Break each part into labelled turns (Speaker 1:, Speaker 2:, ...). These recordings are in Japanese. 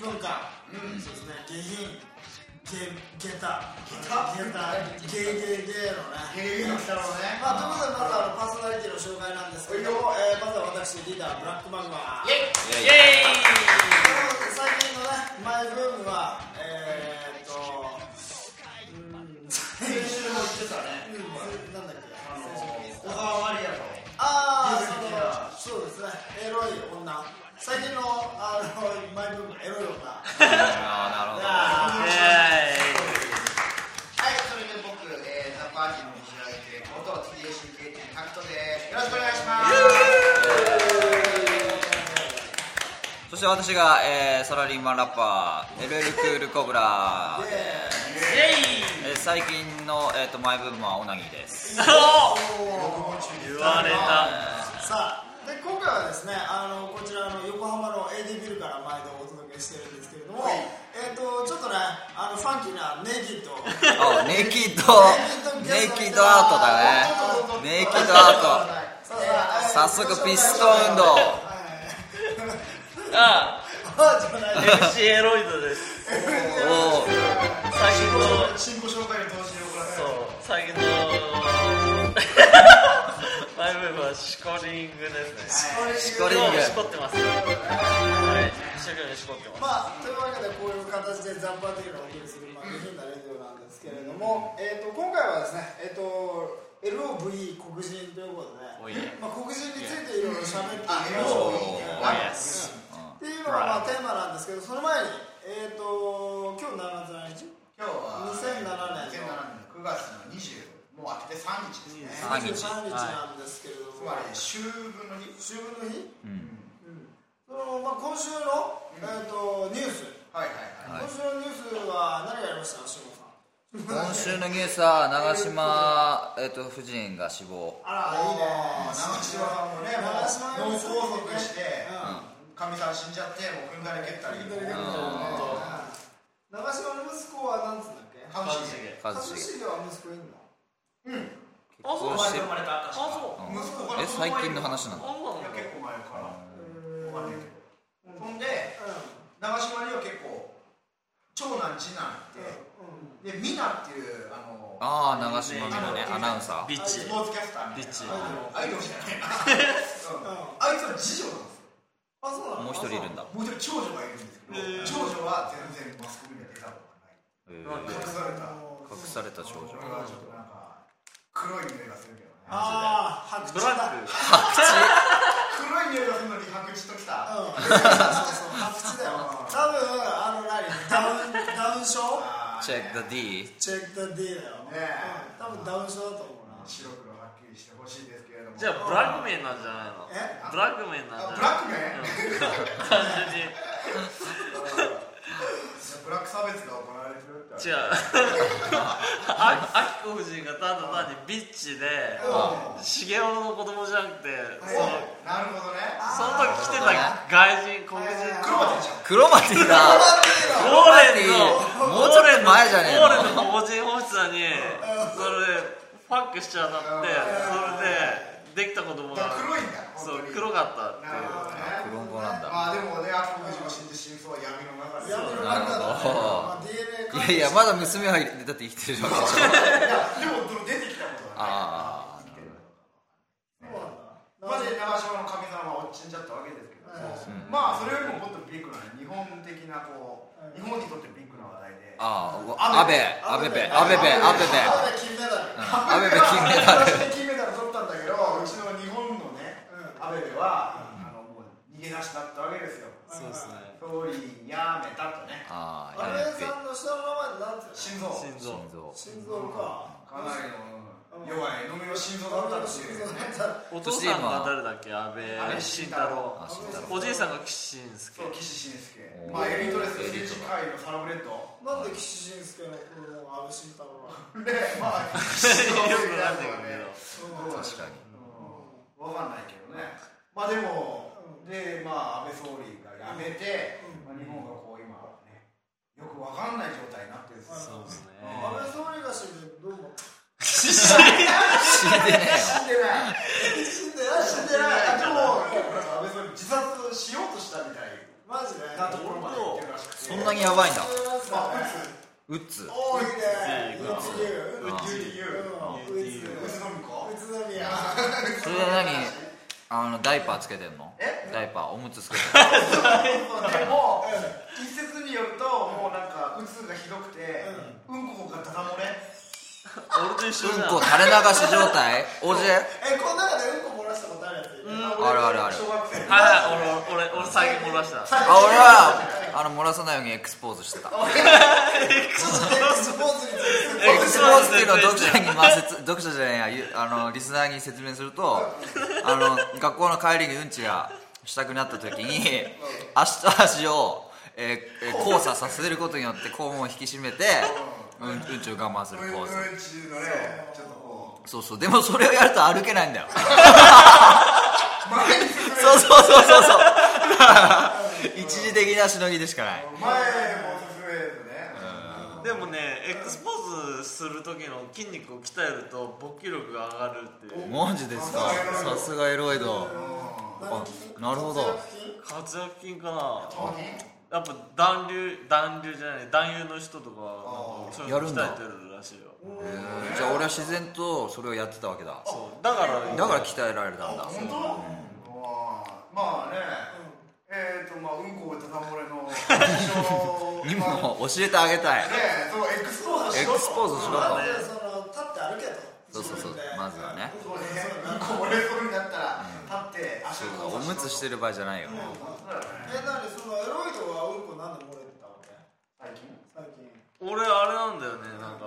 Speaker 1: 文化、うん、そうですね、下品、下、下駄、下
Speaker 2: 下駄
Speaker 1: 駄、ゲイゲイゲイのね。
Speaker 2: ゲームの北郎ね
Speaker 1: まあ、ということで、まずはあのパーソナリティの紹介なんですけども、えーまずは私、リーダー、ブラックマンガー。
Speaker 3: イエ
Speaker 1: 最近のねマイブームはえー、っとうん
Speaker 2: 先週も言ってたね
Speaker 1: なんだっけ
Speaker 2: あ
Speaker 1: あ
Speaker 2: の小
Speaker 1: の
Speaker 2: 川マリアの
Speaker 1: ああそのそうですねエロい女最近のあのマイブームエロい女はい
Speaker 3: イあ
Speaker 1: あー
Speaker 2: はいそれで僕えーザ・パーティーの藤原家元 TSUK タクトですよろしくお願いします
Speaker 3: ーそして私が、えーサラリーマンラッパー LL クールコブラ
Speaker 1: で
Speaker 3: えー最近の、えー、とマイブームはオナニーです
Speaker 1: 言
Speaker 4: われた
Speaker 1: さあで今回はですねあのこちらの横浜の AD ビルから毎度お届けしてるんですけれども、
Speaker 2: はい
Speaker 1: えー、っとちょっとねあのファンキーなネギと
Speaker 3: あネイキッドネイキッドアートだねネイキッドアー
Speaker 1: さあ
Speaker 3: ト
Speaker 1: さあ
Speaker 3: 早速ピスト運動
Speaker 4: あ
Speaker 1: あじゃない
Speaker 4: MC エロイドです
Speaker 3: おお
Speaker 4: 最近の
Speaker 2: 新ご紹介の同時に行われ
Speaker 4: そう最近のマイブームはシコリングですね
Speaker 3: シコリング
Speaker 4: もうしこってますよはい一生懸命しこってます
Speaker 1: まあというわけでこういう形でザンパーティーのお送りするまあ下品なレディオなんですけれども、えー、と今回はですねえっ、と LOVE 黒人ということ
Speaker 3: お
Speaker 1: で、
Speaker 3: い
Speaker 1: まあ、黒人についていろいろ喋ってい
Speaker 2: あ
Speaker 1: こうう
Speaker 3: お
Speaker 1: んっ
Speaker 3: ー
Speaker 4: Yes
Speaker 1: ていうのがまあテーマなんですけどその前にえっ、と今日何月何日
Speaker 2: 今日は
Speaker 1: 2007年
Speaker 2: 2007年9月の20もう明けて3日ですね
Speaker 1: 23
Speaker 3: 三日
Speaker 1: 日なんですけれど
Speaker 2: つ
Speaker 1: も、
Speaker 2: まり秋分の日
Speaker 1: 秋分の日、
Speaker 3: うん
Speaker 1: そのまあ、今週の、
Speaker 2: うん
Speaker 1: えー、とニュース、
Speaker 2: はいはいはい
Speaker 3: はい
Speaker 1: 今週のニュースは何がありました慎吾さん
Speaker 3: 今週のニュースは長島、えー、と夫人が死亡
Speaker 1: あらいいね
Speaker 2: 長島もね
Speaker 1: 長島
Speaker 2: もう脳梗塞して
Speaker 1: う
Speaker 2: かみさん死んじゃってもう踏んだり蹴った
Speaker 1: ん
Speaker 2: り
Speaker 1: 左手みたいなねうん長島の息子はなんつうんだっけ
Speaker 2: かもしれ
Speaker 3: 和
Speaker 1: 一
Speaker 3: 茂
Speaker 1: 茂は息子いんの
Speaker 4: あそ
Speaker 3: こう
Speaker 4: う
Speaker 3: して
Speaker 2: 生まれた
Speaker 4: あそううん
Speaker 2: 息子が
Speaker 3: え最近の話なの
Speaker 4: あそう
Speaker 2: いや
Speaker 4: なんだ
Speaker 2: 結構前から
Speaker 1: うん
Speaker 2: わかんないけどほんで長島には結構長男次男ってでミナっていうあの
Speaker 3: ああ長島美奈ねアナウンサー
Speaker 4: ビッチ
Speaker 2: スポーツキャスターみたいな
Speaker 4: ビッチ
Speaker 2: アイドルじゃないなうんあいつは次女なんですよ
Speaker 3: もう一人いるんだ
Speaker 2: もう一人長女がいるんですけ
Speaker 4: へー
Speaker 2: ど長女は全然マスコミには出たことがない隠
Speaker 3: えー
Speaker 2: された
Speaker 3: 隠された少
Speaker 2: こ
Speaker 3: 女
Speaker 2: れはちょっとなんか黒い匂いがするけどね
Speaker 1: ああ白
Speaker 4: ブ
Speaker 1: 痴
Speaker 4: ラ
Speaker 1: だ
Speaker 4: ック
Speaker 2: 黒い匂いがするのに白痴ときた
Speaker 1: うんそうそうそう白痴だよ多分あの何ダウンダウン症
Speaker 2: あー
Speaker 3: チェック D
Speaker 1: チェック D だよ
Speaker 2: ねえ
Speaker 1: うん多分ダウン症だと思うな
Speaker 2: 白黒はっきりしてほしいですけれども
Speaker 4: じゃあブラックメンなんじゃないの
Speaker 1: え
Speaker 4: ブラックメンな
Speaker 2: あ
Speaker 4: んじゃない
Speaker 2: ブラックメン
Speaker 4: うん単純に
Speaker 2: ブラック差別が行われてるって
Speaker 4: 違うああきこ夫人がただ単にビッチで
Speaker 2: う
Speaker 4: 茂雄の子供じゃなくてその
Speaker 2: おなるほどね
Speaker 4: その時来てた外人黒人
Speaker 2: クロマティじゃん
Speaker 3: 黒マティだも
Speaker 4: モーレンの
Speaker 3: うちょっと前じゃねえの
Speaker 4: モーレンの個人保室さんにそれでファックしちゃったってそれでできた子供
Speaker 2: だ
Speaker 4: が
Speaker 2: から黒いんだ本
Speaker 4: そう
Speaker 2: 当に
Speaker 4: 黒かったって
Speaker 2: なるほど
Speaker 4: い
Speaker 2: ね
Speaker 3: 黒ん子なんだ
Speaker 2: まあでもねあきこ夫人を信じ真相は闇の中で
Speaker 1: やめろなんだ
Speaker 3: なるほど
Speaker 1: まあ DNA
Speaker 3: いやいやまだ娘はだって生きてるわけじゃん
Speaker 2: でもその出てきたこと
Speaker 3: あ
Speaker 2: がね
Speaker 1: そうなんだ
Speaker 2: まあで長島の神様は落ちんじゃったわけですけど
Speaker 1: はい
Speaker 2: まあそれよりももっとビッグな日本的なこう日本にとってビッグな話題で
Speaker 3: ああ安倍安倍安倍安倍安倍
Speaker 1: 安倍金メダル
Speaker 3: 安倍金
Speaker 2: ル金メ
Speaker 3: メダル
Speaker 2: ダル取ったんだけどうちの日本のね
Speaker 1: うん
Speaker 2: 安倍部はあのもう逃げ出したってわけですよ
Speaker 4: うそうですね
Speaker 2: 総理やめたとね
Speaker 3: ああや
Speaker 1: 安倍
Speaker 3: っべ
Speaker 1: さんの下の名前なんて
Speaker 2: 心臓
Speaker 4: 心臓
Speaker 3: 心臓
Speaker 1: 心臓か
Speaker 2: かなりの弱いのみの心臓だったっていうね
Speaker 4: お父さんが誰だっけ安倍晋太郎
Speaker 3: あ死んだ
Speaker 4: おじいさんが岸信介
Speaker 2: そう岸信介
Speaker 3: おー
Speaker 2: まあエリートです政治界のサラブレッド
Speaker 1: なんで岸信介の子供が安倍晋太郎
Speaker 2: でま あ
Speaker 4: よくな
Speaker 1: なの
Speaker 2: どう
Speaker 4: んだけど
Speaker 3: 確かに
Speaker 2: うんわかんないけどねまあでもでまあ安倍総理が辞めて、まあ、日本がこう今ねよくわかんない状態になってるんですよ
Speaker 4: そうですね
Speaker 1: 安倍総理が死んでどう思う死んでない
Speaker 2: 死んでない死んでない
Speaker 3: 死んでね
Speaker 2: あでも安倍総理自殺しようとしたみたい
Speaker 1: マジで
Speaker 2: なところまで行ってるらしくて
Speaker 3: そんなにやばいんだ
Speaker 1: まあ
Speaker 3: ウッズ
Speaker 1: 多いね
Speaker 4: いい
Speaker 1: 宇
Speaker 4: か
Speaker 1: 宙宇
Speaker 3: あ
Speaker 1: 宙うん宇宙
Speaker 2: 宇都宮か
Speaker 1: 宇都宮
Speaker 3: それで何あのダイパーつけてんの
Speaker 2: え
Speaker 3: ダイパーおむつつけてん
Speaker 2: でも一説によるともうなんかうつがひどくてうんこがダダ漏れ
Speaker 4: 俺と一緒じ
Speaker 3: の
Speaker 4: ゃ
Speaker 3: うんんこ垂れ流し状態おじ
Speaker 1: えこの中でうんこ漏らしたことあるやついる
Speaker 4: うん
Speaker 3: あるあるある
Speaker 2: 小学生
Speaker 4: はい俺俺俺最近漏らした
Speaker 3: あ俺はあの漏らさないようにエクスポーズしてた
Speaker 1: ちょっとエクスポーツについて
Speaker 3: エクスポーズっていうのを読者にまあ説読者じゃないやゆあのリスナーに説明するとあの学校の帰りにうんちがしたくなった時に足と足を、えーえー交差させることによって肛門を引き締めて、うん、うんちを我慢する
Speaker 2: うん
Speaker 3: 構
Speaker 2: うん
Speaker 3: 図
Speaker 2: ちのねちょっとこ
Speaker 3: そうそうでもそれをやると歩けないんだよ
Speaker 2: う前に進め
Speaker 3: そうそうそうそうそう だから一時的なしのぎでしかない
Speaker 2: 前も進めるとね
Speaker 4: でもねエクスポーズする時の筋肉を鍛えると勃起力が上がるっていう
Speaker 3: マジですかさすがエロイドあなるほど
Speaker 4: 活躍筋かなやっぱ暖流暖流じゃない暖流の人とかはなんかそういうの
Speaker 3: やるんだ
Speaker 4: 鍛えてるらしいよ
Speaker 3: えーじゃあ俺は自然とそれをやってたわけだ
Speaker 4: そうだから
Speaker 3: だから鍛えられたんだ
Speaker 2: 本当まあねえっとまあうんこがダダ漏れの
Speaker 3: にも教えてあげたい
Speaker 2: ねそのエクスポーズ
Speaker 3: エクスポーズしろ
Speaker 1: まあね
Speaker 3: と
Speaker 1: その立って歩けと
Speaker 3: そうそうそう
Speaker 1: 自分で
Speaker 3: まずはね
Speaker 2: そうねうんこ漏れそうになったら立って足
Speaker 3: そうか
Speaker 2: を
Speaker 3: おむつしてる場合じゃないよ
Speaker 2: そうだよね
Speaker 1: えなんでそのエロいとこはうんこなんで漏れてたわけ
Speaker 2: 最近
Speaker 1: 最近
Speaker 4: 俺あれなんだよねなんか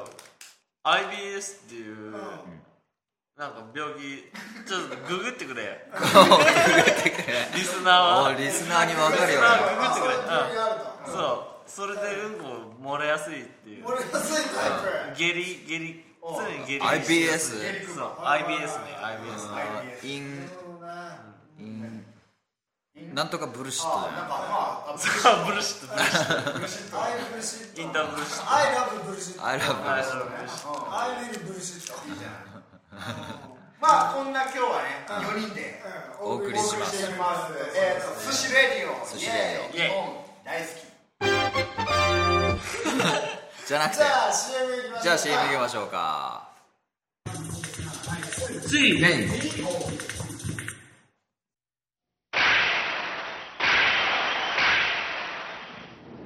Speaker 4: IBS っていう、
Speaker 1: ん
Speaker 4: なんか病気ちょっとググってくれリスナー
Speaker 3: お
Speaker 4: は
Speaker 3: リスナーに分かるよ
Speaker 4: リスナー
Speaker 3: ね
Speaker 1: あ
Speaker 4: は
Speaker 1: そういう時があると
Speaker 4: そうそれでうんこ漏れやすいっていう
Speaker 1: 漏れやすいタイプ
Speaker 4: 下痢下痢
Speaker 2: おう
Speaker 4: 常に下痢
Speaker 3: IBS
Speaker 4: そう IBS ね IBS
Speaker 3: あーイン
Speaker 1: な
Speaker 3: インなんとかブルシット
Speaker 2: あ
Speaker 3: だ
Speaker 2: なん
Speaker 3: よ
Speaker 2: かまああ
Speaker 4: さあブルシットブルシッ
Speaker 2: ブルシット
Speaker 1: アイブルシッ
Speaker 4: トイン
Speaker 1: ト
Speaker 4: ターブルシット
Speaker 1: アイラブブルシット
Speaker 3: アイラブ
Speaker 4: は
Speaker 3: ル
Speaker 4: い
Speaker 3: シッ
Speaker 4: そ
Speaker 3: ト
Speaker 4: うブルシット
Speaker 2: うん
Speaker 1: アイリブルシット
Speaker 2: いいじゃんまあこんな今日はね4人で
Speaker 1: うん
Speaker 3: お送りします
Speaker 1: お送
Speaker 2: えーと寿司レディオ
Speaker 3: 寿司レ
Speaker 4: ディオ
Speaker 2: イエーイ日本大好き
Speaker 3: じゃなくて
Speaker 1: じゃあ CM いきましょう
Speaker 3: じゃあ CM 行きましょうかメイン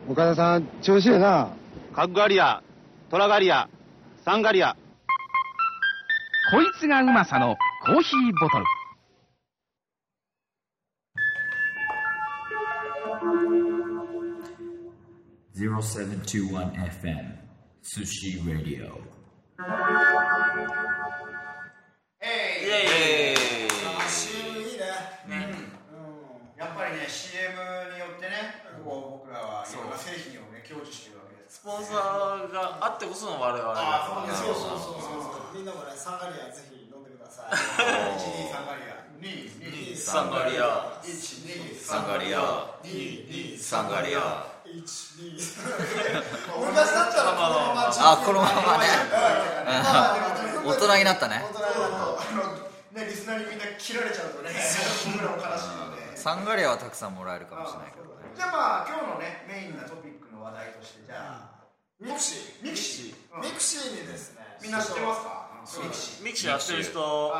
Speaker 5: 岡田さん、調子ええな。
Speaker 6: カッガリア、トラガリア、サンガリア。
Speaker 7: こいつがうまさのコーヒーボトル。
Speaker 8: 0721FM Sushi Radio
Speaker 2: え
Speaker 4: イ
Speaker 2: い
Speaker 4: エイイエイ
Speaker 1: CM いいね
Speaker 2: やっぱりね CM によってねこう僕らはいろんな製品をね享受してるわけです
Speaker 4: スポンサーがあってこその我々
Speaker 2: あ
Speaker 4: だ
Speaker 2: あ
Speaker 1: そう
Speaker 2: そう
Speaker 1: そう
Speaker 2: ですそ
Speaker 1: そうそ
Speaker 2: う
Speaker 1: うみんなもねサンガリアぜひ飲んでください
Speaker 2: 1 2 3ガリア2 2
Speaker 3: サンガリア
Speaker 2: 1 2
Speaker 3: サンガリア
Speaker 2: 2 2
Speaker 3: サンガリア
Speaker 1: 12昔だったらこのまま
Speaker 3: あこのままね大
Speaker 1: 大
Speaker 3: 人になったね
Speaker 1: 大人になった
Speaker 2: あのねリスナーにみんな切られちゃうとね僕らも悲しいので
Speaker 3: サンガリアはたくさんもらえるかもしれないけどね
Speaker 2: じゃあまあ今日のねメインなトピックの話題としてじゃあ
Speaker 1: ミクシ
Speaker 2: ミクシーう
Speaker 1: ー
Speaker 2: ん
Speaker 1: ミクシーにですね
Speaker 2: みんな知ってますかミクシー
Speaker 4: ミキシーやってる人は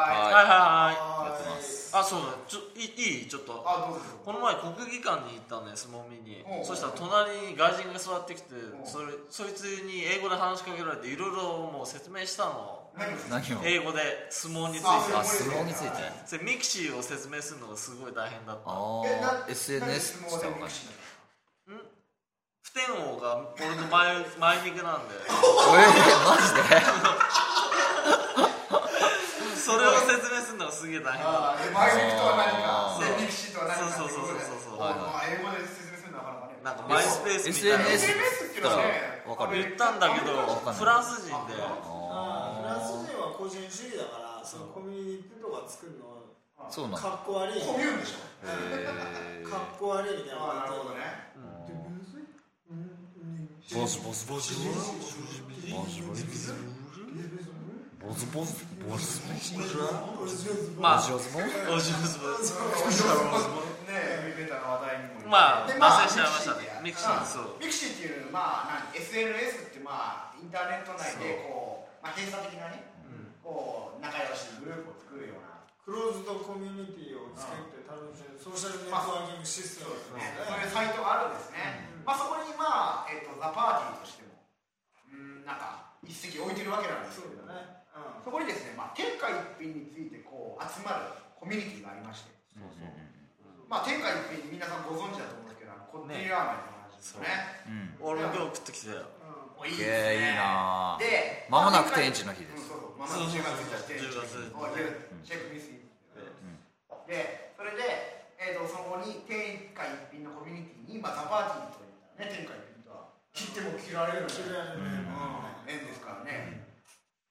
Speaker 4: いいはいはい
Speaker 1: は
Speaker 3: ってま
Speaker 4: あそうだちょいいいちょっと
Speaker 2: あどうぞ
Speaker 4: この前国技館に行ったんだよ相撲見に
Speaker 2: おう
Speaker 4: そしたら隣に外人が座ってきて
Speaker 2: おう
Speaker 4: それそいつに英語で話しかけられていろいろもう説明したの
Speaker 2: 何を
Speaker 3: 何を
Speaker 4: 英語で相撲について
Speaker 3: あ
Speaker 2: あ
Speaker 3: 相撲について
Speaker 4: それミキシーを説明するのがすごい大変だった
Speaker 3: あ
Speaker 2: えな
Speaker 3: あ SNS って言ったらおかしい
Speaker 4: 不天王が俺の前 前肉なんで
Speaker 3: えー、マジで
Speaker 4: それを説明するのがすげえ大変だっ
Speaker 2: ああ、で、マイミクとは何か、
Speaker 4: そう
Speaker 2: ミクシーとは何か。
Speaker 4: そうそうそうそうそう
Speaker 2: ま
Speaker 3: は
Speaker 2: あ、
Speaker 3: い
Speaker 2: 英語で説明するのはなかなかね。
Speaker 4: たなんかマイスペースみたいな
Speaker 3: SNS
Speaker 2: SNS っていうのはね、
Speaker 3: わかる
Speaker 4: 言ったんだ
Speaker 2: あ
Speaker 4: け
Speaker 3: かんない
Speaker 4: どフランス人で
Speaker 1: あーフランス人は個人主義だからそのコミュニティとか作るの
Speaker 3: そうなんだ
Speaker 1: かっこ悪い
Speaker 2: コミューンでしょ。
Speaker 1: かっこ悪いみたいな
Speaker 2: ああ、なるほどね。
Speaker 3: ボスボスボスボスボスボスボスボスボスボスボ
Speaker 4: まあ
Speaker 3: スボス
Speaker 4: お上手
Speaker 2: ね え、ゆべたの話題にも
Speaker 4: まあ
Speaker 2: で
Speaker 4: 脱線しちゃいましたねミクシィそう
Speaker 2: うんミクシィっていうまあ何 SNS ってまあインターネット内でこう、まあ、閉鎖的なね、こう仲良しグループを作るような、
Speaker 1: クローズドコミュニティを作って楽しむソーシャルネットワーキングシステムです
Speaker 2: ね
Speaker 1: ね
Speaker 2: そういうサイトがあるんですね、まあそこにまあ、えっとザ・パーティーとしてもうんなんか一石置いてるわけなんです
Speaker 1: そ
Speaker 2: け
Speaker 1: う
Speaker 2: ど
Speaker 1: だね
Speaker 2: そこにですね、まあ、天下一品についてこう集まるコミュニティがありまして、まあ、天下一品皆さんご存知だと思うんですけどあのこってりラーメンの話ですよね
Speaker 3: うん
Speaker 4: 俺も今日食ってきたよ
Speaker 2: おいい
Speaker 3: い
Speaker 2: です
Speaker 3: やいい
Speaker 2: ね
Speaker 3: なぁ
Speaker 2: で
Speaker 3: 間もなく天一の日です
Speaker 2: そうそう間もなく10月1日
Speaker 4: 10月
Speaker 2: おいチェックミスでそれで、えー、とそこに天下一品のコミュニティに、まあ、ザ・パーティーというね天下一品とは切っても切られるよう
Speaker 1: 知り
Speaker 2: な
Speaker 1: 合いのね
Speaker 2: 縁ですからね、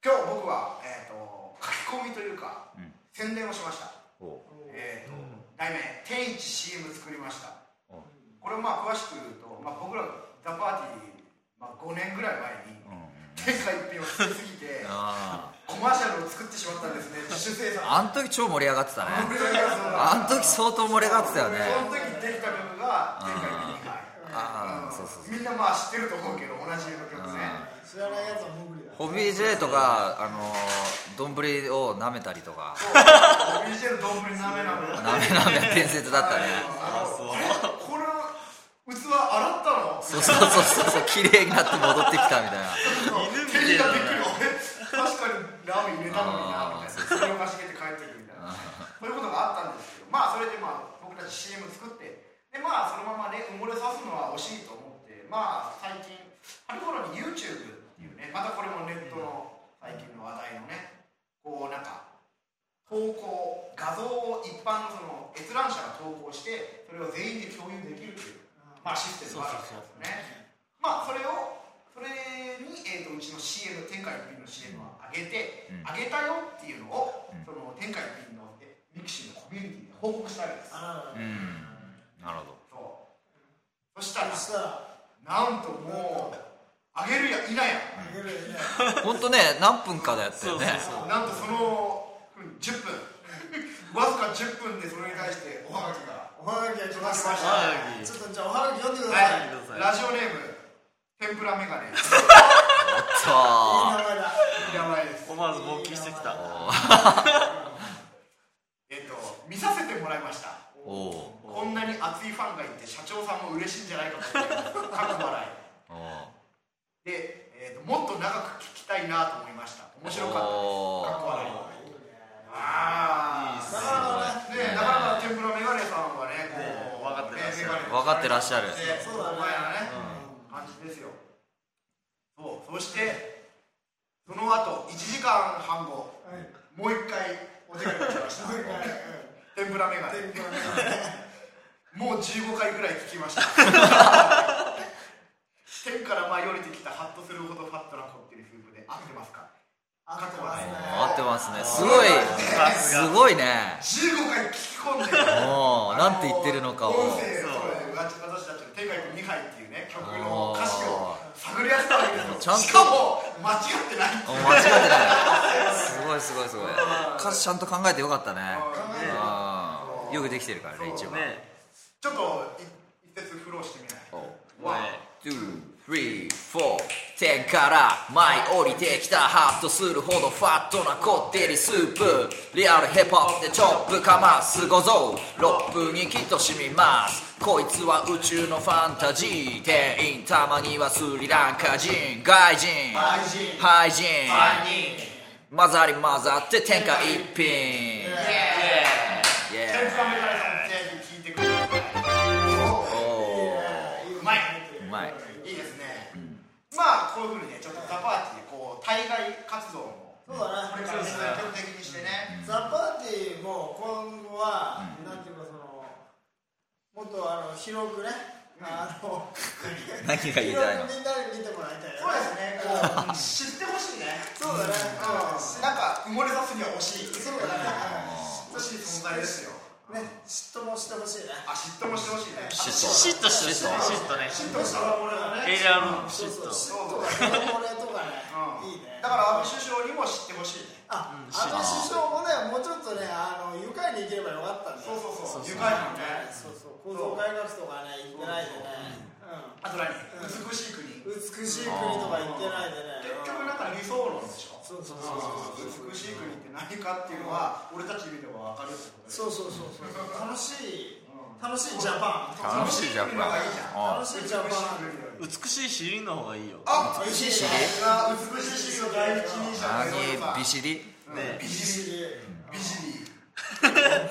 Speaker 2: 今日僕は、えー、と書き込みというか、
Speaker 3: うん
Speaker 2: 宣伝をしました
Speaker 3: お
Speaker 2: えーと題名「天一 CM 作りました」これをまあ詳しく言うと、まあ、僕ら「ザ・パーティーまあ、5年ぐらい前に
Speaker 3: うんうん
Speaker 2: 天下一品を作りすぎて
Speaker 3: あ
Speaker 2: コマーシャルを作ってしまったんですね自主生産
Speaker 3: ああん時超盛り上がってたね
Speaker 2: あ
Speaker 3: あん時相当盛り上がってたよね
Speaker 2: その時できた曲が天下一品
Speaker 3: ああそうそう
Speaker 2: みんなまあ知ってると思うけど同じの曲ね
Speaker 1: 知らないやつは無理だ
Speaker 3: ホビー J とかあの丼を舐めたりとか
Speaker 2: そう BJ の丼なめなめ
Speaker 3: 舐め舐め伝説だったね
Speaker 2: あのあれこれ器洗ったの
Speaker 3: そうそうそうそうそう綺麗になって戻ってきたみたいな
Speaker 4: 犬みた
Speaker 2: 手に
Speaker 4: い
Speaker 2: が
Speaker 4: だ
Speaker 2: びっくり
Speaker 4: ね
Speaker 2: 俺確かにラーメン入れたのになみ
Speaker 3: あー
Speaker 2: たいなそれをかしげて帰ってくるみたいなそういうことがあったんですけどまあそれでまあ僕たち CM 作ってでまあそのままね埋もれさすのは惜しいと思ってまあ最近春頃に YouTube っていうねまたこれもネットの最近の話題のねこうなんか投稿画像を一般のその閲覧者が投稿してそれを全員で共有できるという、まあ、システムがあるわけですよねまあそれをそれに、えー、とうちの CM 天下一品の CM を上げて、
Speaker 3: うん
Speaker 2: 上げたよっていうのを、
Speaker 3: うん
Speaker 2: その天下一品のえミクシーのコミュニティで報告したわけです
Speaker 1: あ
Speaker 3: うんなるほ
Speaker 2: そ
Speaker 3: ど
Speaker 2: うそしたら
Speaker 1: あしたら
Speaker 2: なんともう上げるやいなや
Speaker 1: あげるよね
Speaker 3: 本当ね何分かだったよね
Speaker 4: そうそう
Speaker 2: なんとそのうん10分 わずか10分でそれに対しておはがきが
Speaker 1: おはがきが来まし
Speaker 2: お
Speaker 1: た
Speaker 4: はがき
Speaker 1: ちょっとじゃあおはがき読んでくださいいい
Speaker 2: はい、ラジオネーム天ぷらメガネいい
Speaker 3: そう
Speaker 1: 名前だ
Speaker 2: 名前です
Speaker 4: 思わず勃起してきた
Speaker 2: えっと見させてもらいました
Speaker 3: おお
Speaker 2: こんなに熱いファンがいて社長さんも嬉しいんじゃないかと思いますかっこ笑
Speaker 3: おお
Speaker 2: いで、えっともっと長く聞きたいなと思いました面白かった
Speaker 3: おー
Speaker 2: ですかっこ笑いああなかなかねねなかなか天ぷらメガネさんはねこう
Speaker 4: 分かってらっ
Speaker 2: ねメ
Speaker 4: しゃる
Speaker 2: ガネ
Speaker 3: 分かってらっしゃる
Speaker 2: そうだね、お前らね、感じですよそうそしてその後1時間半後、もう一回お手紙が来ました天ぷらメガネもう15回ぐらい聞きました天から舞い降りてきたハッとするほどファットなこってりスープで合ってますか合ってますね
Speaker 3: 合ってますねすごいすごいね
Speaker 2: 15回聞き込んで
Speaker 3: おーなんて言ってるのかを
Speaker 2: 音声そう私たちの「天下一品2杯」っていうね曲の歌詞を探り当てたわけです
Speaker 3: ちゃん
Speaker 2: よ
Speaker 3: と
Speaker 2: しかも間違ってないって
Speaker 3: お
Speaker 2: いう
Speaker 3: 間違ってないすごいすごいすごい歌詞ちゃんと考えてよかったねうんよくできてるからね一番
Speaker 4: ね
Speaker 2: ちょっとい一節フローしてみない
Speaker 4: おい
Speaker 3: 2,3,4天から舞い降りてきたハッとするほどファットなこってりスープリアルヘポップでチョップかますごぞ6分にきっとしみますこいつは宇宙のファンタジー店員たまにはスリランカ人外人ハイ人混ざり混ざって天下一品イエ
Speaker 2: 天
Speaker 3: ーイ
Speaker 2: ぷらメガネさんぜひ聞いてくださいおうまいう
Speaker 3: まい
Speaker 2: いいですねまあこういうふうにねちょっとザ・パーティーでこう対外活動も
Speaker 1: そうだね
Speaker 2: これからね積極的にしてね
Speaker 1: ザ・パーティーも今後は、なんていうかそのもっとあの広くね、あの
Speaker 3: 何が言いたいの
Speaker 1: 広くみんなに見てもらいたいよ
Speaker 2: そうですねこう知ってほしいね
Speaker 1: そうだね、
Speaker 2: うんなんか埋もれさすには惜しいそうだね惜しい存在ですよ
Speaker 1: うん、ね嫉妬もしてほしいね
Speaker 2: あ嫉妬もしてほしいね
Speaker 3: シ
Speaker 4: シ
Speaker 3: ッ
Speaker 4: ッとしてるシッとね
Speaker 2: 嫉妬したら俺がね
Speaker 4: エリアのシッ
Speaker 1: そう
Speaker 4: と
Speaker 1: そう嫉妬とか俺とかねい
Speaker 2: う
Speaker 1: いね
Speaker 2: だから安倍首相にも知ってほしいね
Speaker 1: あ安倍首相もねもうちょっとねあの愉快にいければよかったんだ
Speaker 2: そう
Speaker 1: よ
Speaker 2: そうそう愉
Speaker 1: 愉
Speaker 2: 快
Speaker 1: 快な
Speaker 2: なの
Speaker 1: ね
Speaker 2: ね
Speaker 1: そうそう構造改革とかね言ってないでね
Speaker 2: あと何
Speaker 1: うん
Speaker 2: 美しい国
Speaker 1: うん美しい国とか言ってないでね
Speaker 2: 結局なんか理想論でしょ
Speaker 1: そうそうそう
Speaker 2: 美しい国って何かっていうのは俺たち見ても分かるってこと
Speaker 1: そうそうそうそう楽しい楽しいジャパン
Speaker 3: 楽しいジャパン
Speaker 2: がいいじゃん
Speaker 1: 楽しいジャパン
Speaker 4: 美しいシリの方がいいよ
Speaker 2: あ
Speaker 1: 美しいし
Speaker 2: あ美しいシリの第一人者
Speaker 3: 何ビ
Speaker 2: シ
Speaker 3: シリ
Speaker 4: ね
Speaker 2: ビシリビシリ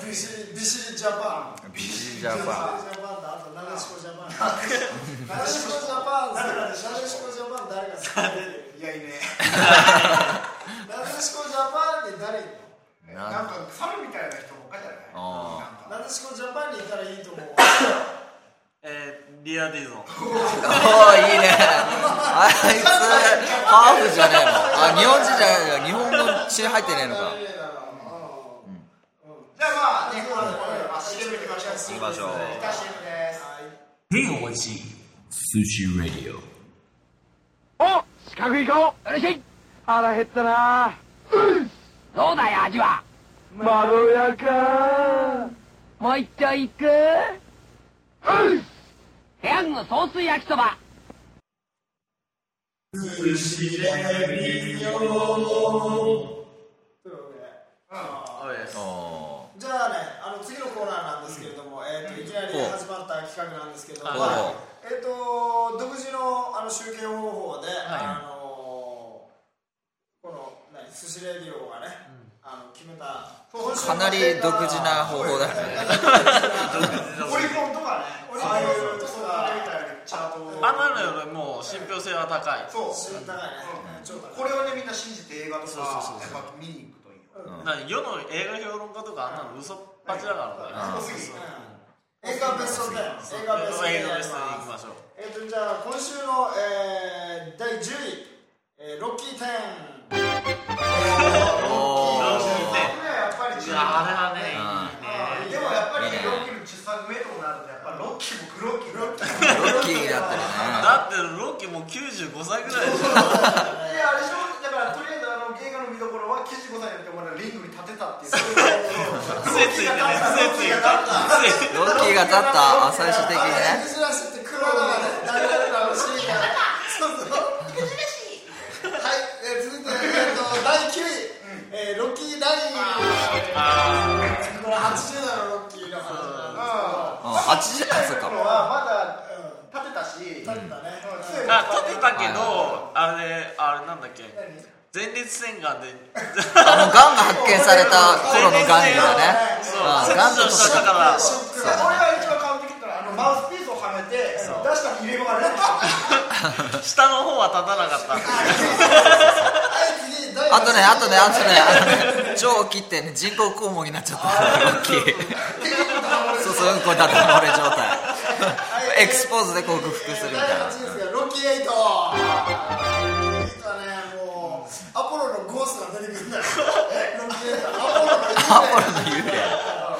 Speaker 1: ビシリビシリジャパン
Speaker 3: ビシリジャパ
Speaker 1: ジャパンだあとなでしこジャ パンなでしこジャパンなでしこジャパン誰が好き
Speaker 2: いやいいね
Speaker 1: なでしこジャパンって誰いるの
Speaker 3: ン
Speaker 2: なん
Speaker 3: な
Speaker 2: か猿みたいな人ばっかじゃない
Speaker 3: あ
Speaker 2: なんか
Speaker 1: なでしこジャパンにいたらいいと 思う
Speaker 4: えー、リアディゾン
Speaker 3: おーいいねあいつハーフじゃねえのあ日本人じゃない日本の血入ってねえのか
Speaker 1: 誰だろううん
Speaker 2: じゃあまあねまあまあ CM いきましょう
Speaker 3: 行きましょう
Speaker 2: いた CM です
Speaker 8: KOG Sushi Radio
Speaker 7: お四角い顔よろしい腹減ったなどうだよ味はまろやかもう一丁いくうんペヤング総水焼きそば
Speaker 1: というわけで
Speaker 4: あれです
Speaker 3: お
Speaker 1: じゃあね、あの次のコーナーなんですけれども、えー、といきなり始まった企画なんですけども、
Speaker 3: はい
Speaker 1: えー、と独自のあの集計方法で、あのこの何寿司レディオがね、あの決めた
Speaker 3: ーかなり独自な方法だよね
Speaker 2: オリコンとかね
Speaker 1: オリコンとか
Speaker 2: ああいうとこがみたいなチャートを
Speaker 4: あんなのよりも信憑性は高い
Speaker 2: そう
Speaker 1: 知りたいね、ちょっと
Speaker 2: これをねみんな信じて映画とか
Speaker 4: そうそう
Speaker 2: や
Speaker 4: そう
Speaker 2: っぱ見に行くといいよ
Speaker 4: 何世の映画評論家とかあんなの嘘っぱちだからね
Speaker 2: すごすぎる
Speaker 1: 映画ベスト10映画ベスト10
Speaker 4: 映
Speaker 1: や
Speaker 4: 画ベ
Speaker 1: り
Speaker 4: ストに行き
Speaker 1: ま
Speaker 4: ますしょう
Speaker 1: えー、とじゃあ今週の、えー、第10位、えーロッキー10
Speaker 3: お
Speaker 4: ロッキー
Speaker 2: ねやっぱり
Speaker 4: いやあれはね
Speaker 2: あ
Speaker 4: いいね
Speaker 2: でもやっぱりロッキーの10作目となるとやっぱロッキーもグロッキーロッキー
Speaker 3: ーロッキーだったりね
Speaker 4: だってロッキーもう95歳ぐらいでし
Speaker 2: い
Speaker 4: ょ
Speaker 2: やあれでしょだからとりあえずあの映画の見どころは95歳になってまだリングに立てたっていう
Speaker 4: 癖ついてね癖ついてね癖
Speaker 3: ロッキーが立った朝日的
Speaker 1: あ
Speaker 3: に
Speaker 1: れ
Speaker 3: ね
Speaker 1: 珍しいって黒田がね大学のシーンがそうそう珍しいはい、えー、続いて、えー、と第9位、えー、ロッキーダインこれ80代のロッキーの話なん
Speaker 3: うん80あそっ
Speaker 2: の
Speaker 3: か
Speaker 2: はまだ立てたし
Speaker 1: ですけど立ったね、
Speaker 2: 杖も
Speaker 4: あ立てたけどあれあれなんだっけ前立腺がんで
Speaker 3: あのがんが発見された頃のがんだね
Speaker 4: そう
Speaker 3: あーがんと
Speaker 4: 切除し
Speaker 3: 戦
Speaker 4: たか
Speaker 3: う
Speaker 4: ら
Speaker 1: ショック
Speaker 2: 俺
Speaker 1: だ
Speaker 2: が一番完璧ってのはあのマウスピースをはめて出した入れ歯が出てきた
Speaker 4: 下の方は立たなかった
Speaker 1: はい次第
Speaker 3: あとねあとねあとねあのね腸を切ってね人工肛門になっちゃったロッキーそうそううんこだった俺状態エクスポーズで克服するみたい
Speaker 1: 第8位ですがロッキー8ロッキー8はねもうアポロのゴーストが出てくるんだよロッキー8
Speaker 3: なア
Speaker 1: はアポロの
Speaker 3: ポロの幽霊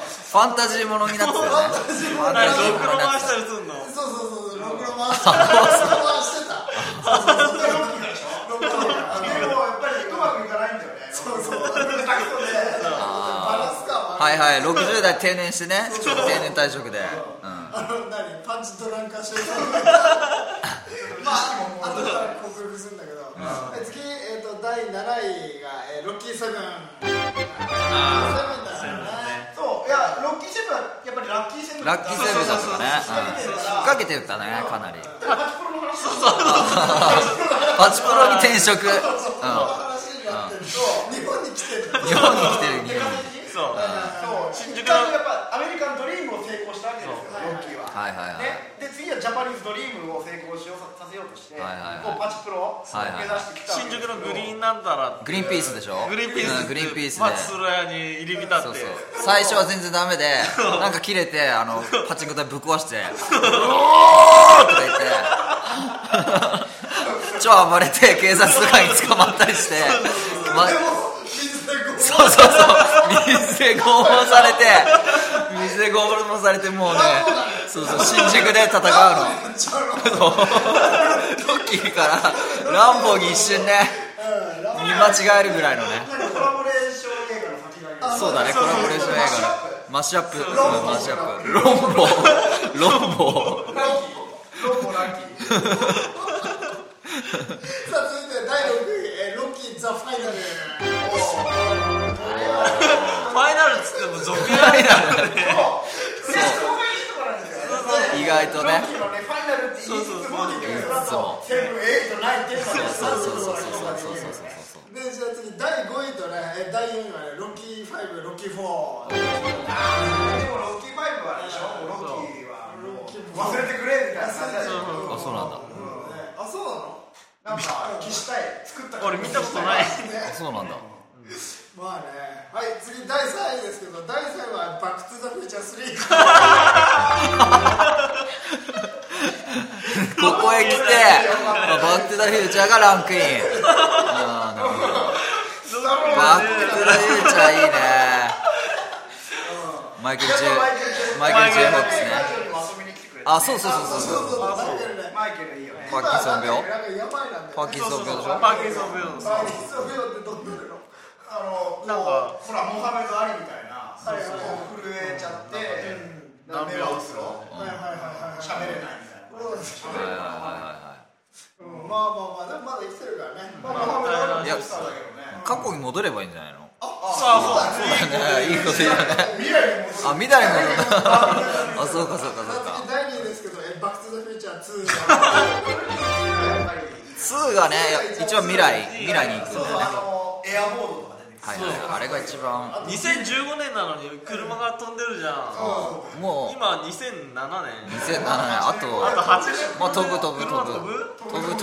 Speaker 3: ファンタジーものになってたよねファンタジーも
Speaker 4: 何ろく
Speaker 3: の
Speaker 4: ろ
Speaker 3: になっ
Speaker 4: 回
Speaker 3: て
Speaker 4: したりすんの
Speaker 1: そうそうそうそう、ロクロ回してた。ロクロ回してた。ロクロ回してた。そう
Speaker 2: でもやっぱりうまくいかないんだよね
Speaker 1: そう。バランス感は
Speaker 3: たはいはい60代定年してね定年退職で、うん
Speaker 1: あの、何パンチドランカーショーまあ、あとから克服するんだけど。え次、えっと、第7位が、えーロッキーセブン。あセブンだよね。
Speaker 2: そういやロッキーセブンはやっぱりラッキーセブン
Speaker 3: ラッキーセーブだったねうん引っ掛けてたねかなりパチプロの話パチプロに転
Speaker 1: そ
Speaker 3: 職
Speaker 1: うこの話になってると、日本に来てるんだよ
Speaker 3: 日本に来てる日本に
Speaker 2: そう
Speaker 4: そう新
Speaker 2: 新
Speaker 4: 宿
Speaker 2: 宿の
Speaker 4: の
Speaker 2: やっぱアメリカンドリームを成功したわけですよロッキーは
Speaker 3: はいはいはい
Speaker 2: ねで次はジャパニーズドリームを成功しようさせようとして
Speaker 3: はいはいはい
Speaker 2: こうパチプロを
Speaker 3: はいは
Speaker 2: 目
Speaker 3: い
Speaker 2: 指してきたわ
Speaker 4: 新
Speaker 2: けですけ
Speaker 4: 宿
Speaker 2: ど
Speaker 4: のグリーンなんたら
Speaker 3: グリーンピースでしょ
Speaker 4: グリーンピー
Speaker 3: う
Speaker 4: ス
Speaker 3: んグリーンピースで
Speaker 4: 松浦屋に入り浸っ
Speaker 3: そう
Speaker 4: て
Speaker 3: そう最初は全然ダメでなんか切れてあのパチンコ台ぶっ壊して「うおー!」とか言って 超暴れて警察とかに捕まったりしてま
Speaker 1: 水でこう
Speaker 3: そうそうそう水で拷問されて水で拷問されてもうねそうそう新宿で戦うのそうロッキーからランボーに一瞬ね見間違えるぐらいのね
Speaker 2: コラボレーション映画の先駆けです
Speaker 3: そうだねコラボレーション映画マッシュアップマッシュアップロンボロンボ
Speaker 2: ラッキーロンボラッキー
Speaker 1: さあ続いて第6位、えーロッキーザ・ファイナル
Speaker 4: ファイナルっつっても続編
Speaker 2: それそこがいいとこなんですよ
Speaker 3: 意外とね
Speaker 2: ロッキーのねファイナルって言いつつもっていう
Speaker 3: そうそう
Speaker 2: セブンエイトナインテンとかね
Speaker 3: そうそうそうそうそうそうそうそう
Speaker 1: でじゃあ次第5位とねえー第4位はねロッキー5ロッキー4ロ
Speaker 2: でもロッキーファイブはあれでしょもうロッキーはもう忘れてくれみたいな感じだよ
Speaker 3: あそうなんだ
Speaker 1: ねあそうなの
Speaker 2: なんか消したい作ったから
Speaker 4: 俺見たことない
Speaker 3: あそうなんだ
Speaker 1: まあねはい次第3位ですけど第3位はバック・トゥ・ザ・フューチャー3
Speaker 3: ここへ来てバック・ザ・フューチャーがランクインあーなるほどバック・トゥ・ザ・フューチャーいいねマイケル・ジェマイケル・ジェフォックスね
Speaker 2: ラジオにも遊びに来てくれて
Speaker 3: あそうそうそうそうそう
Speaker 1: そうそうだけどね
Speaker 2: マイケルいいよね
Speaker 3: パーキンソン病
Speaker 1: なんかやばいなんだよ
Speaker 3: パーキンソン病でしょ
Speaker 4: パーキンソン病です
Speaker 1: バック・トゥ・ザ・フューチャーってどんなの
Speaker 2: あの
Speaker 4: なん
Speaker 2: ほ
Speaker 4: か
Speaker 2: らモハメド・アリみたいなこ
Speaker 1: そう
Speaker 2: う震えちゃって
Speaker 4: なんかね
Speaker 2: 目を打つろ
Speaker 1: はいはいはいはい
Speaker 2: 喋れないみたいな
Speaker 1: そうですねうんまあまあまあでもまだ生きてるからねまあまあまあ
Speaker 2: モハメド・アリ
Speaker 3: いや
Speaker 2: もそうだけどね
Speaker 3: 過去に戻ればいいんじゃないの
Speaker 4: あそう
Speaker 3: いいこと言う
Speaker 2: 未来
Speaker 3: ね
Speaker 2: にも
Speaker 3: あみたいなことだあそうかそうかそ
Speaker 1: さ
Speaker 3: う
Speaker 1: あ
Speaker 3: か
Speaker 1: 次第2位ですけどえバック・トゥ・ザ・フューチャー2
Speaker 2: やっぱり
Speaker 3: 2がね一番未来未来に行く
Speaker 2: そうそうあのエアボ
Speaker 3: んだよね
Speaker 2: ードとか出てくる
Speaker 3: はいはいはいあれが一番
Speaker 4: 2015年なのに車が飛んでるじゃん
Speaker 3: もう
Speaker 4: 今2007年
Speaker 3: 2007年あ
Speaker 4: あと
Speaker 3: と
Speaker 4: 8年
Speaker 3: まあ飛ぶ飛ぶ
Speaker 4: 車
Speaker 3: 飛
Speaker 4: 飛
Speaker 3: ぶ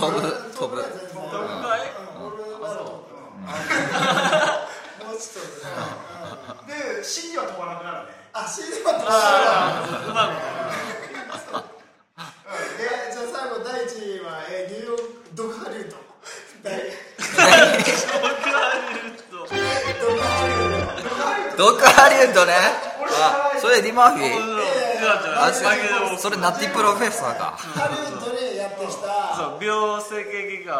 Speaker 3: 飛ぶ飛ぶ
Speaker 4: ぶ
Speaker 3: 飛ぶ
Speaker 4: 飛ぶかい
Speaker 1: もうちょっとね
Speaker 2: で C には飛ばなくなるね
Speaker 1: あ CD はどう
Speaker 4: うまく
Speaker 1: えーじゃあ最後第1位は、えーニューヨークドクハリウッド第ドクハリウッド
Speaker 3: ドクハリウッドね
Speaker 2: 俺知ら
Speaker 3: あ
Speaker 2: ない
Speaker 3: それリマーフィ
Speaker 4: そう
Speaker 3: ーあ
Speaker 4: あ
Speaker 3: そ
Speaker 4: そ
Speaker 3: れそれナティプロフェッサーか
Speaker 1: ハリウッドでやってきた
Speaker 4: う病整形外科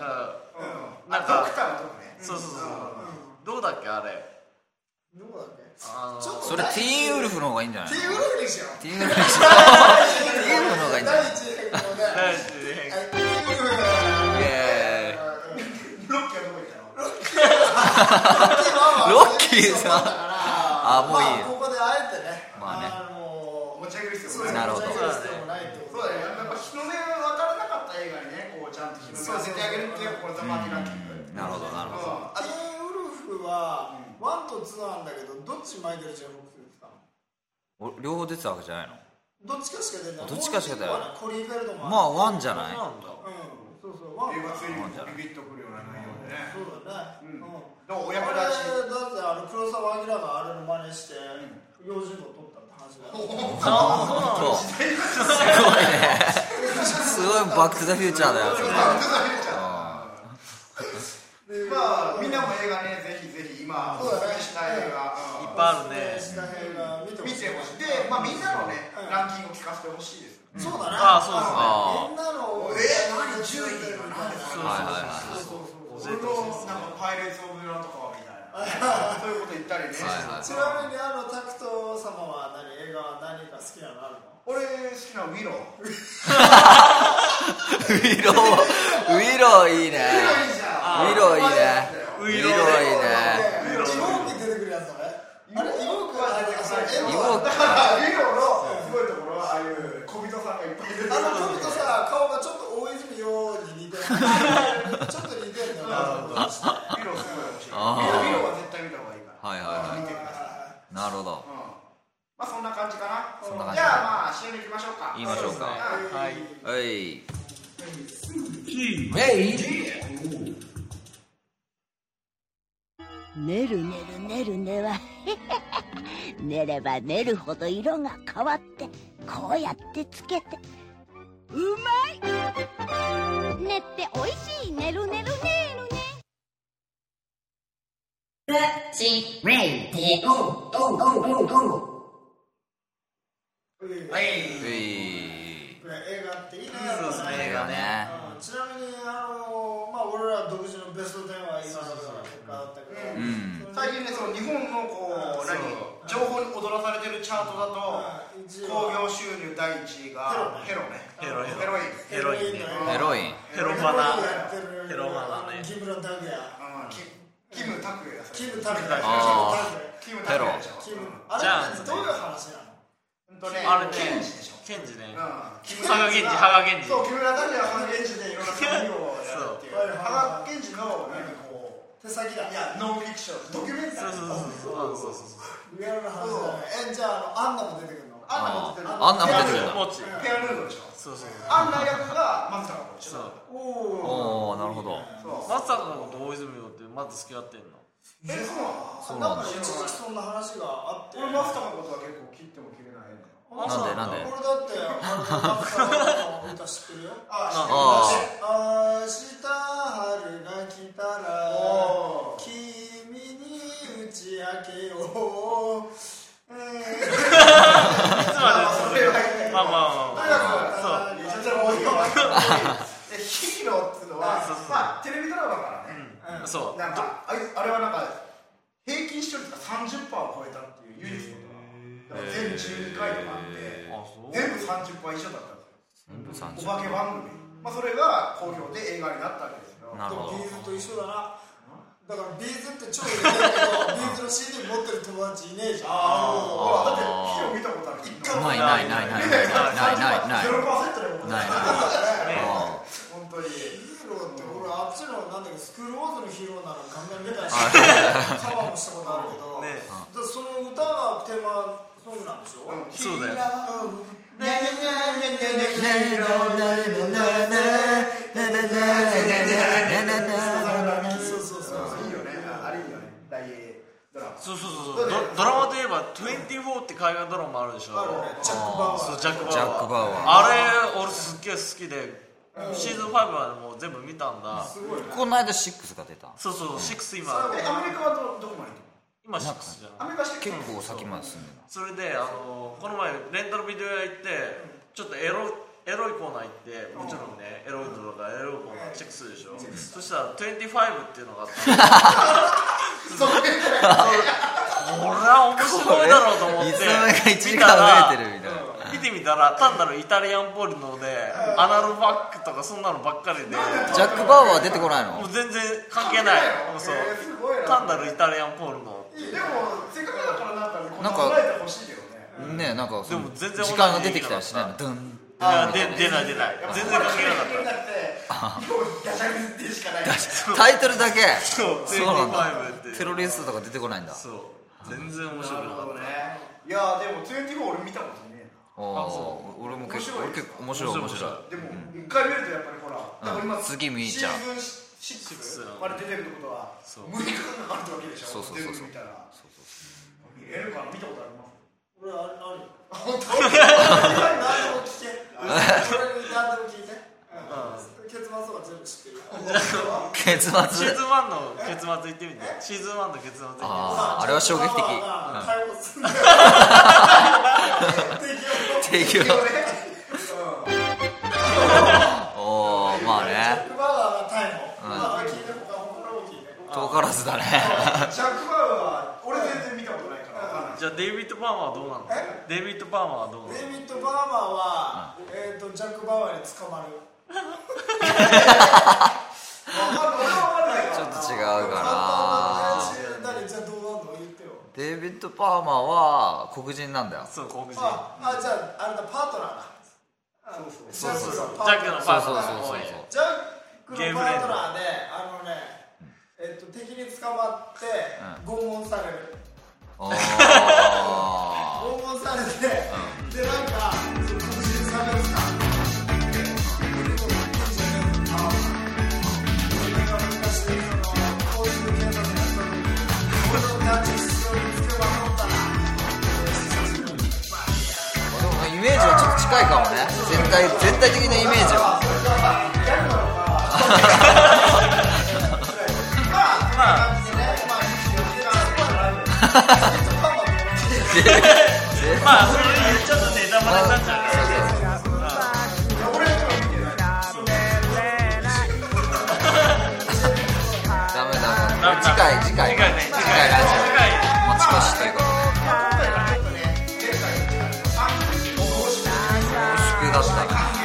Speaker 4: がなん
Speaker 2: ドク
Speaker 4: か
Speaker 2: ターのとこね
Speaker 4: そうそうそうどうだっけあれ
Speaker 1: どこだっけ
Speaker 4: あの
Speaker 1: ちょっと
Speaker 3: それティーンウルフの方がいいんじゃない
Speaker 1: ティ
Speaker 3: テ
Speaker 1: ーウルフでしょ
Speaker 3: ィーンウルフでしょ ティーンウルフの方がいいんじゃ
Speaker 1: 第
Speaker 3: ない
Speaker 1: 1位ここで
Speaker 4: 第一次変化
Speaker 1: えティーウルフ
Speaker 3: イエーイ
Speaker 2: ロッキーはどこ行ったの
Speaker 3: ロッキーさんあもういい
Speaker 1: まあここであえてね
Speaker 3: まあね
Speaker 1: の
Speaker 2: 持ち上げる必要
Speaker 1: そうですね
Speaker 2: ない
Speaker 3: なるほど
Speaker 1: 持ち上げる必要もないってこ
Speaker 2: そ
Speaker 1: と
Speaker 2: うだ
Speaker 1: で
Speaker 2: よやっぱ日の目が分からなかった映画にねこうちゃんと日の目を当ててあげるっていうのがこれザマーティランキングうん
Speaker 3: なるほどなるほ
Speaker 2: あ
Speaker 3: ど
Speaker 1: ティーンウルフはワンとツーなんだけどどっちマイケル・ジェフォックスですか
Speaker 3: お両方出てたわけじゃないの
Speaker 1: どっちかしか出ない
Speaker 3: どっちかしか出ない
Speaker 1: コリー・フェルドマン
Speaker 3: まあワンじゃない
Speaker 4: なんだ
Speaker 1: うんそうそうワン
Speaker 2: 映画ついにビビッとくるような内容でね
Speaker 1: そうだねうん
Speaker 2: どう
Speaker 1: こ
Speaker 2: お
Speaker 1: れ
Speaker 2: 役
Speaker 1: だって
Speaker 2: 立ち
Speaker 1: あの黒澤明があれの真似して用心棒取ったって話だよ
Speaker 3: そうすごいねすごいバック・トゥ・ザ・フューチャーだよそれ
Speaker 1: で
Speaker 2: まあみんなも映画ねぜひぜひ今おすすめしたい映画
Speaker 4: いっ
Speaker 2: うん
Speaker 4: ぱいあるね
Speaker 1: 下辺が見てほ
Speaker 2: 見
Speaker 1: しい
Speaker 2: てほしいでまあみんなのねランキングを聞かせてほしいです
Speaker 1: そうだね
Speaker 4: あそうです
Speaker 3: あ
Speaker 4: ね
Speaker 1: みんなの
Speaker 2: え何10
Speaker 1: み
Speaker 2: 位
Speaker 1: たいな
Speaker 4: そう
Speaker 3: はいはいはい
Speaker 4: そうそうそう
Speaker 2: 俺のなんかパイレーツ・オブ・ランとかみたいなそういうこと言ったりね
Speaker 3: はいは
Speaker 1: ち
Speaker 3: い
Speaker 1: なみにあのタクト様は何映画は何か好きなのあるの
Speaker 2: 俺好きなウィロー
Speaker 3: ウィローウィローいいね
Speaker 2: いいじゃん
Speaker 3: ウィローいいねウ
Speaker 4: ウ
Speaker 3: ィ
Speaker 4: イ
Speaker 3: ロ
Speaker 4: ロ
Speaker 3: ー
Speaker 4: ー
Speaker 1: イボーク
Speaker 3: いいね
Speaker 1: 出てくるやつだねあれイボークは出てく
Speaker 3: イ
Speaker 1: る
Speaker 3: ボーク
Speaker 2: だからユーロのすごいところはああいう小人さんがいっぱい出てくる
Speaker 1: あの時とさ顔がちょっと大泉洋に似てるちょっと似てるんだよな
Speaker 2: ユーロすごい面白い
Speaker 3: あー
Speaker 2: ユーロは絶対見た方がいいから
Speaker 3: はいはいはい
Speaker 2: 見てください
Speaker 3: なるほど
Speaker 2: うんまあそんな感じかな
Speaker 3: そんな感じ
Speaker 2: じゃあまあ CM 行きましょうか
Speaker 3: 行きましょうか
Speaker 2: はい
Speaker 3: はい
Speaker 9: 寝る寝る寝る寝は 寝れば寝るほど色が変わってこうやってつけてうまい寝っておいしい寝る寝る寝るね
Speaker 3: うい
Speaker 1: 映画っていいね
Speaker 4: そうですね
Speaker 3: 映画ね
Speaker 1: うんちなみにあのまあ俺ら独自のベスト10は今ったけど、
Speaker 3: うん
Speaker 2: 最近ねその日本のこう
Speaker 1: そう
Speaker 2: 何情報に踊らされてるチャートだと
Speaker 1: うん一応
Speaker 2: 興行収入第1位がヘロね
Speaker 4: ヘロ
Speaker 2: ヘロイン
Speaker 4: ヘロインね
Speaker 3: ヘロイン
Speaker 4: ヘロマナ
Speaker 1: やってる
Speaker 4: ヘロマナね
Speaker 1: キムロタクヤ
Speaker 2: うんキキムタクヤさん
Speaker 1: キムタクヤ
Speaker 3: あ
Speaker 2: キムタクヤでしょ
Speaker 1: キムタクヤキムあ
Speaker 2: う
Speaker 1: れ
Speaker 4: じゃあ
Speaker 1: どういう話なの
Speaker 2: んとね
Speaker 4: あれね
Speaker 2: ケンジでしょ
Speaker 4: ケンジね
Speaker 2: うんキム
Speaker 4: 佐賀源氏羽賀源氏
Speaker 2: そう木村拓哉は羽賀源氏でいろんな髪をやるっていう
Speaker 1: そう
Speaker 2: 羽賀源氏のなんかこ
Speaker 1: 手先だ
Speaker 2: ういやノンフィクションドキュメンタリー
Speaker 4: そうそうそうそう
Speaker 1: リアルな話だねえじゃああのアンナも出てくるの
Speaker 2: アンナも出てる
Speaker 3: あアンナも出てるんだ
Speaker 4: もち
Speaker 2: ペアルームでしょ
Speaker 4: そうそう
Speaker 2: アンナ役が松坂子でし
Speaker 4: そう
Speaker 2: ょ
Speaker 1: おお
Speaker 3: おおなるほど
Speaker 2: そう
Speaker 4: 松坂のこと大泉洋ってまず付き合ってんの
Speaker 2: えそうな
Speaker 1: な
Speaker 2: の
Speaker 3: そうなんん
Speaker 1: か
Speaker 3: だ
Speaker 1: 一時期そんな話があって
Speaker 2: 俺マスターのことは結構切っても切れないね
Speaker 3: なんでなんで
Speaker 1: 俺だってマスターの歌知ってるよ
Speaker 2: あ
Speaker 3: あ
Speaker 2: 知ってる
Speaker 3: ー
Speaker 1: 明日春が来たら
Speaker 2: おー
Speaker 1: 君に打ち明けよう、えー
Speaker 4: いつまでまあまあまあ
Speaker 2: とにかくそうめちゃめちゃ多いよでヒーローっていうのは
Speaker 4: そうそうそう
Speaker 2: まあテレビドラマからね
Speaker 4: まあそう
Speaker 2: なんかあいあれはなんか平均視聴率が30%を超えたっていう唯一のドラマだから全12回とかあって
Speaker 4: あそう
Speaker 2: 全部30%以上だったんですよ
Speaker 3: 全部三
Speaker 2: お
Speaker 3: 十
Speaker 2: 化け番組、まあ、それが好評で映画になったわけですよ
Speaker 3: なるほ
Speaker 1: ビ
Speaker 3: ど
Speaker 1: ーズと一緒だなだからビーズって超売れてるけどビーズの CD 持ってる友達いねえじゃん
Speaker 2: ああだってヒーロー見たことある一回も
Speaker 3: ないないないないないないないない
Speaker 2: ゼロパーセントだよ
Speaker 3: ないあ
Speaker 2: 本当に
Speaker 1: ヒーローって俺あっちのなんだっけスクールウォーズのヒーローなのガンガン見たしカバーもしたことあるけど、
Speaker 4: ね
Speaker 1: だからその歌がテーマソングなんでしょ、う
Speaker 4: そうだよ
Speaker 1: そうそうそう
Speaker 2: いいよねあれいいよね大英ドラマ
Speaker 4: そうそうそうそうドドラマといえば「24」って海外ドラマあるでしょ
Speaker 1: ジャック・バウアー
Speaker 4: そうジャック・バウアー
Speaker 3: ジャックバウア
Speaker 4: あれ俺すっげえ好きでシーズン5までもう全部見たんだ
Speaker 2: すごい
Speaker 3: ー
Speaker 2: な
Speaker 3: この間シックスが出た
Speaker 4: そうそう6今
Speaker 2: えアメリカはどどこまで行った
Speaker 4: 今6じゃん
Speaker 2: のアメリカして
Speaker 3: 結構先まで進んで
Speaker 4: それであのこの前レンタルビデオ屋行ってちょっとエロエロいコーナー行ってもちろんねエロいとかエロいコーナーチェックするでしょそしたら「25」っていうのがあったのこれは面白いだろうと思
Speaker 3: い
Speaker 4: って
Speaker 3: つの間にか一時間増えてるみたいな
Speaker 4: 見てみたら単なるイタリアンポルノでアナルバックとかそんなのばっかりで
Speaker 3: ジャック・バウアー出てこない
Speaker 4: もう
Speaker 3: の
Speaker 4: 全然関係ないもうそう
Speaker 2: えーすごいな
Speaker 4: 単なるイタリアンポルノ
Speaker 2: いいでもせっかくだからなんかこんな
Speaker 3: なんか
Speaker 2: 捉えてほしいよね
Speaker 3: ねなんかその
Speaker 4: でも全然
Speaker 3: 時間が出てきたりしないのドン
Speaker 4: あで出ない出ない全然関係なかった
Speaker 2: なくてもうギャシャグってしかない
Speaker 3: タイトルだけ
Speaker 4: そう
Speaker 3: そうなんだ
Speaker 4: 25って
Speaker 3: テロリストとか出てこないんだ
Speaker 4: そう全然面白くなかった
Speaker 2: ねいやでも24俺見たことねえな
Speaker 3: おお俺も結構俺結構面白い面白い
Speaker 2: でも一回見るとやっぱりほら、だから今
Speaker 3: うん次見ちゃう
Speaker 2: シーズンシシックスまで出てるってことは
Speaker 4: そう
Speaker 2: 6日間かかるってわけでしょ
Speaker 3: そうそうそうそ
Speaker 2: 全部見
Speaker 3: う
Speaker 2: たら見れるかな見たことあります
Speaker 1: 俺あれあるよ
Speaker 2: 本当
Speaker 1: 何でも聞け俺何でも聞いてうん結末とか全部知ってるよ
Speaker 3: 結
Speaker 4: シ
Speaker 3: 末
Speaker 4: ーズン1の結末言ってみてシーズン1の結末言ってみて
Speaker 3: あああれは衝撃的
Speaker 1: 逮捕するんだよ
Speaker 3: 提供
Speaker 1: ジャック・バウアーが逮捕
Speaker 3: おおまあね
Speaker 1: まあ聞いて他他のも聞いて
Speaker 3: 遠からずだね
Speaker 2: ジャック・バウアー俺全然見たことないからわかんない
Speaker 4: じゃあデイビッド・パーマーはどうなのデイビッド・パーマーはどうなの
Speaker 1: デイビッド・バーマーは、えー、とジャック・バウアーに捕まる
Speaker 3: ちょっと違う
Speaker 1: あ
Speaker 3: かな
Speaker 1: ー何じゃあどうなんの言ってよ
Speaker 3: デイビッド・パーマーは黒人なんだよ
Speaker 4: そう黒人ジャ
Speaker 1: ああじゃああれだパートナーだそうそうそうジ
Speaker 4: ッ
Speaker 1: ャック
Speaker 4: クの
Speaker 1: の
Speaker 4: パ
Speaker 3: そう
Speaker 4: ーマ
Speaker 3: そ
Speaker 4: ー
Speaker 3: うそ
Speaker 4: の
Speaker 3: うそう
Speaker 4: 方へ
Speaker 3: そ
Speaker 1: ジ
Speaker 3: う
Speaker 1: ャックのパートナーであのねえっと敵に捕まって拷問される
Speaker 3: おー
Speaker 1: 拷問されて、でなんかその殺人されるさ
Speaker 3: でもイメージはちょっと近いかもね全体全体的なイメージは
Speaker 4: まあそれちょっとネタバレになっちゃうから
Speaker 3: ダメダメ次回次回次回ラジオ持ち越しということで救だったな
Speaker 1: ah,
Speaker 3: 예.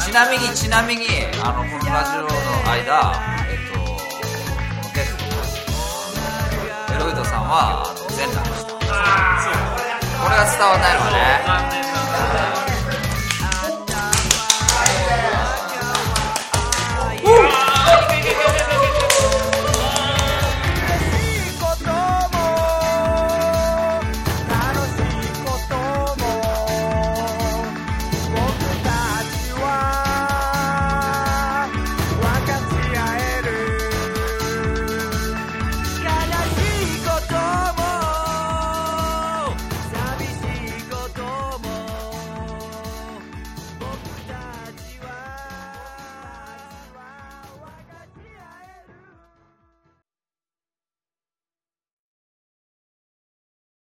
Speaker 3: ちなみにちなみにあのこのラジオの間えっとこのゲストのエロイドさんはあの全裸でしたこれが伝わらないのはね
Speaker 4: 残念ながら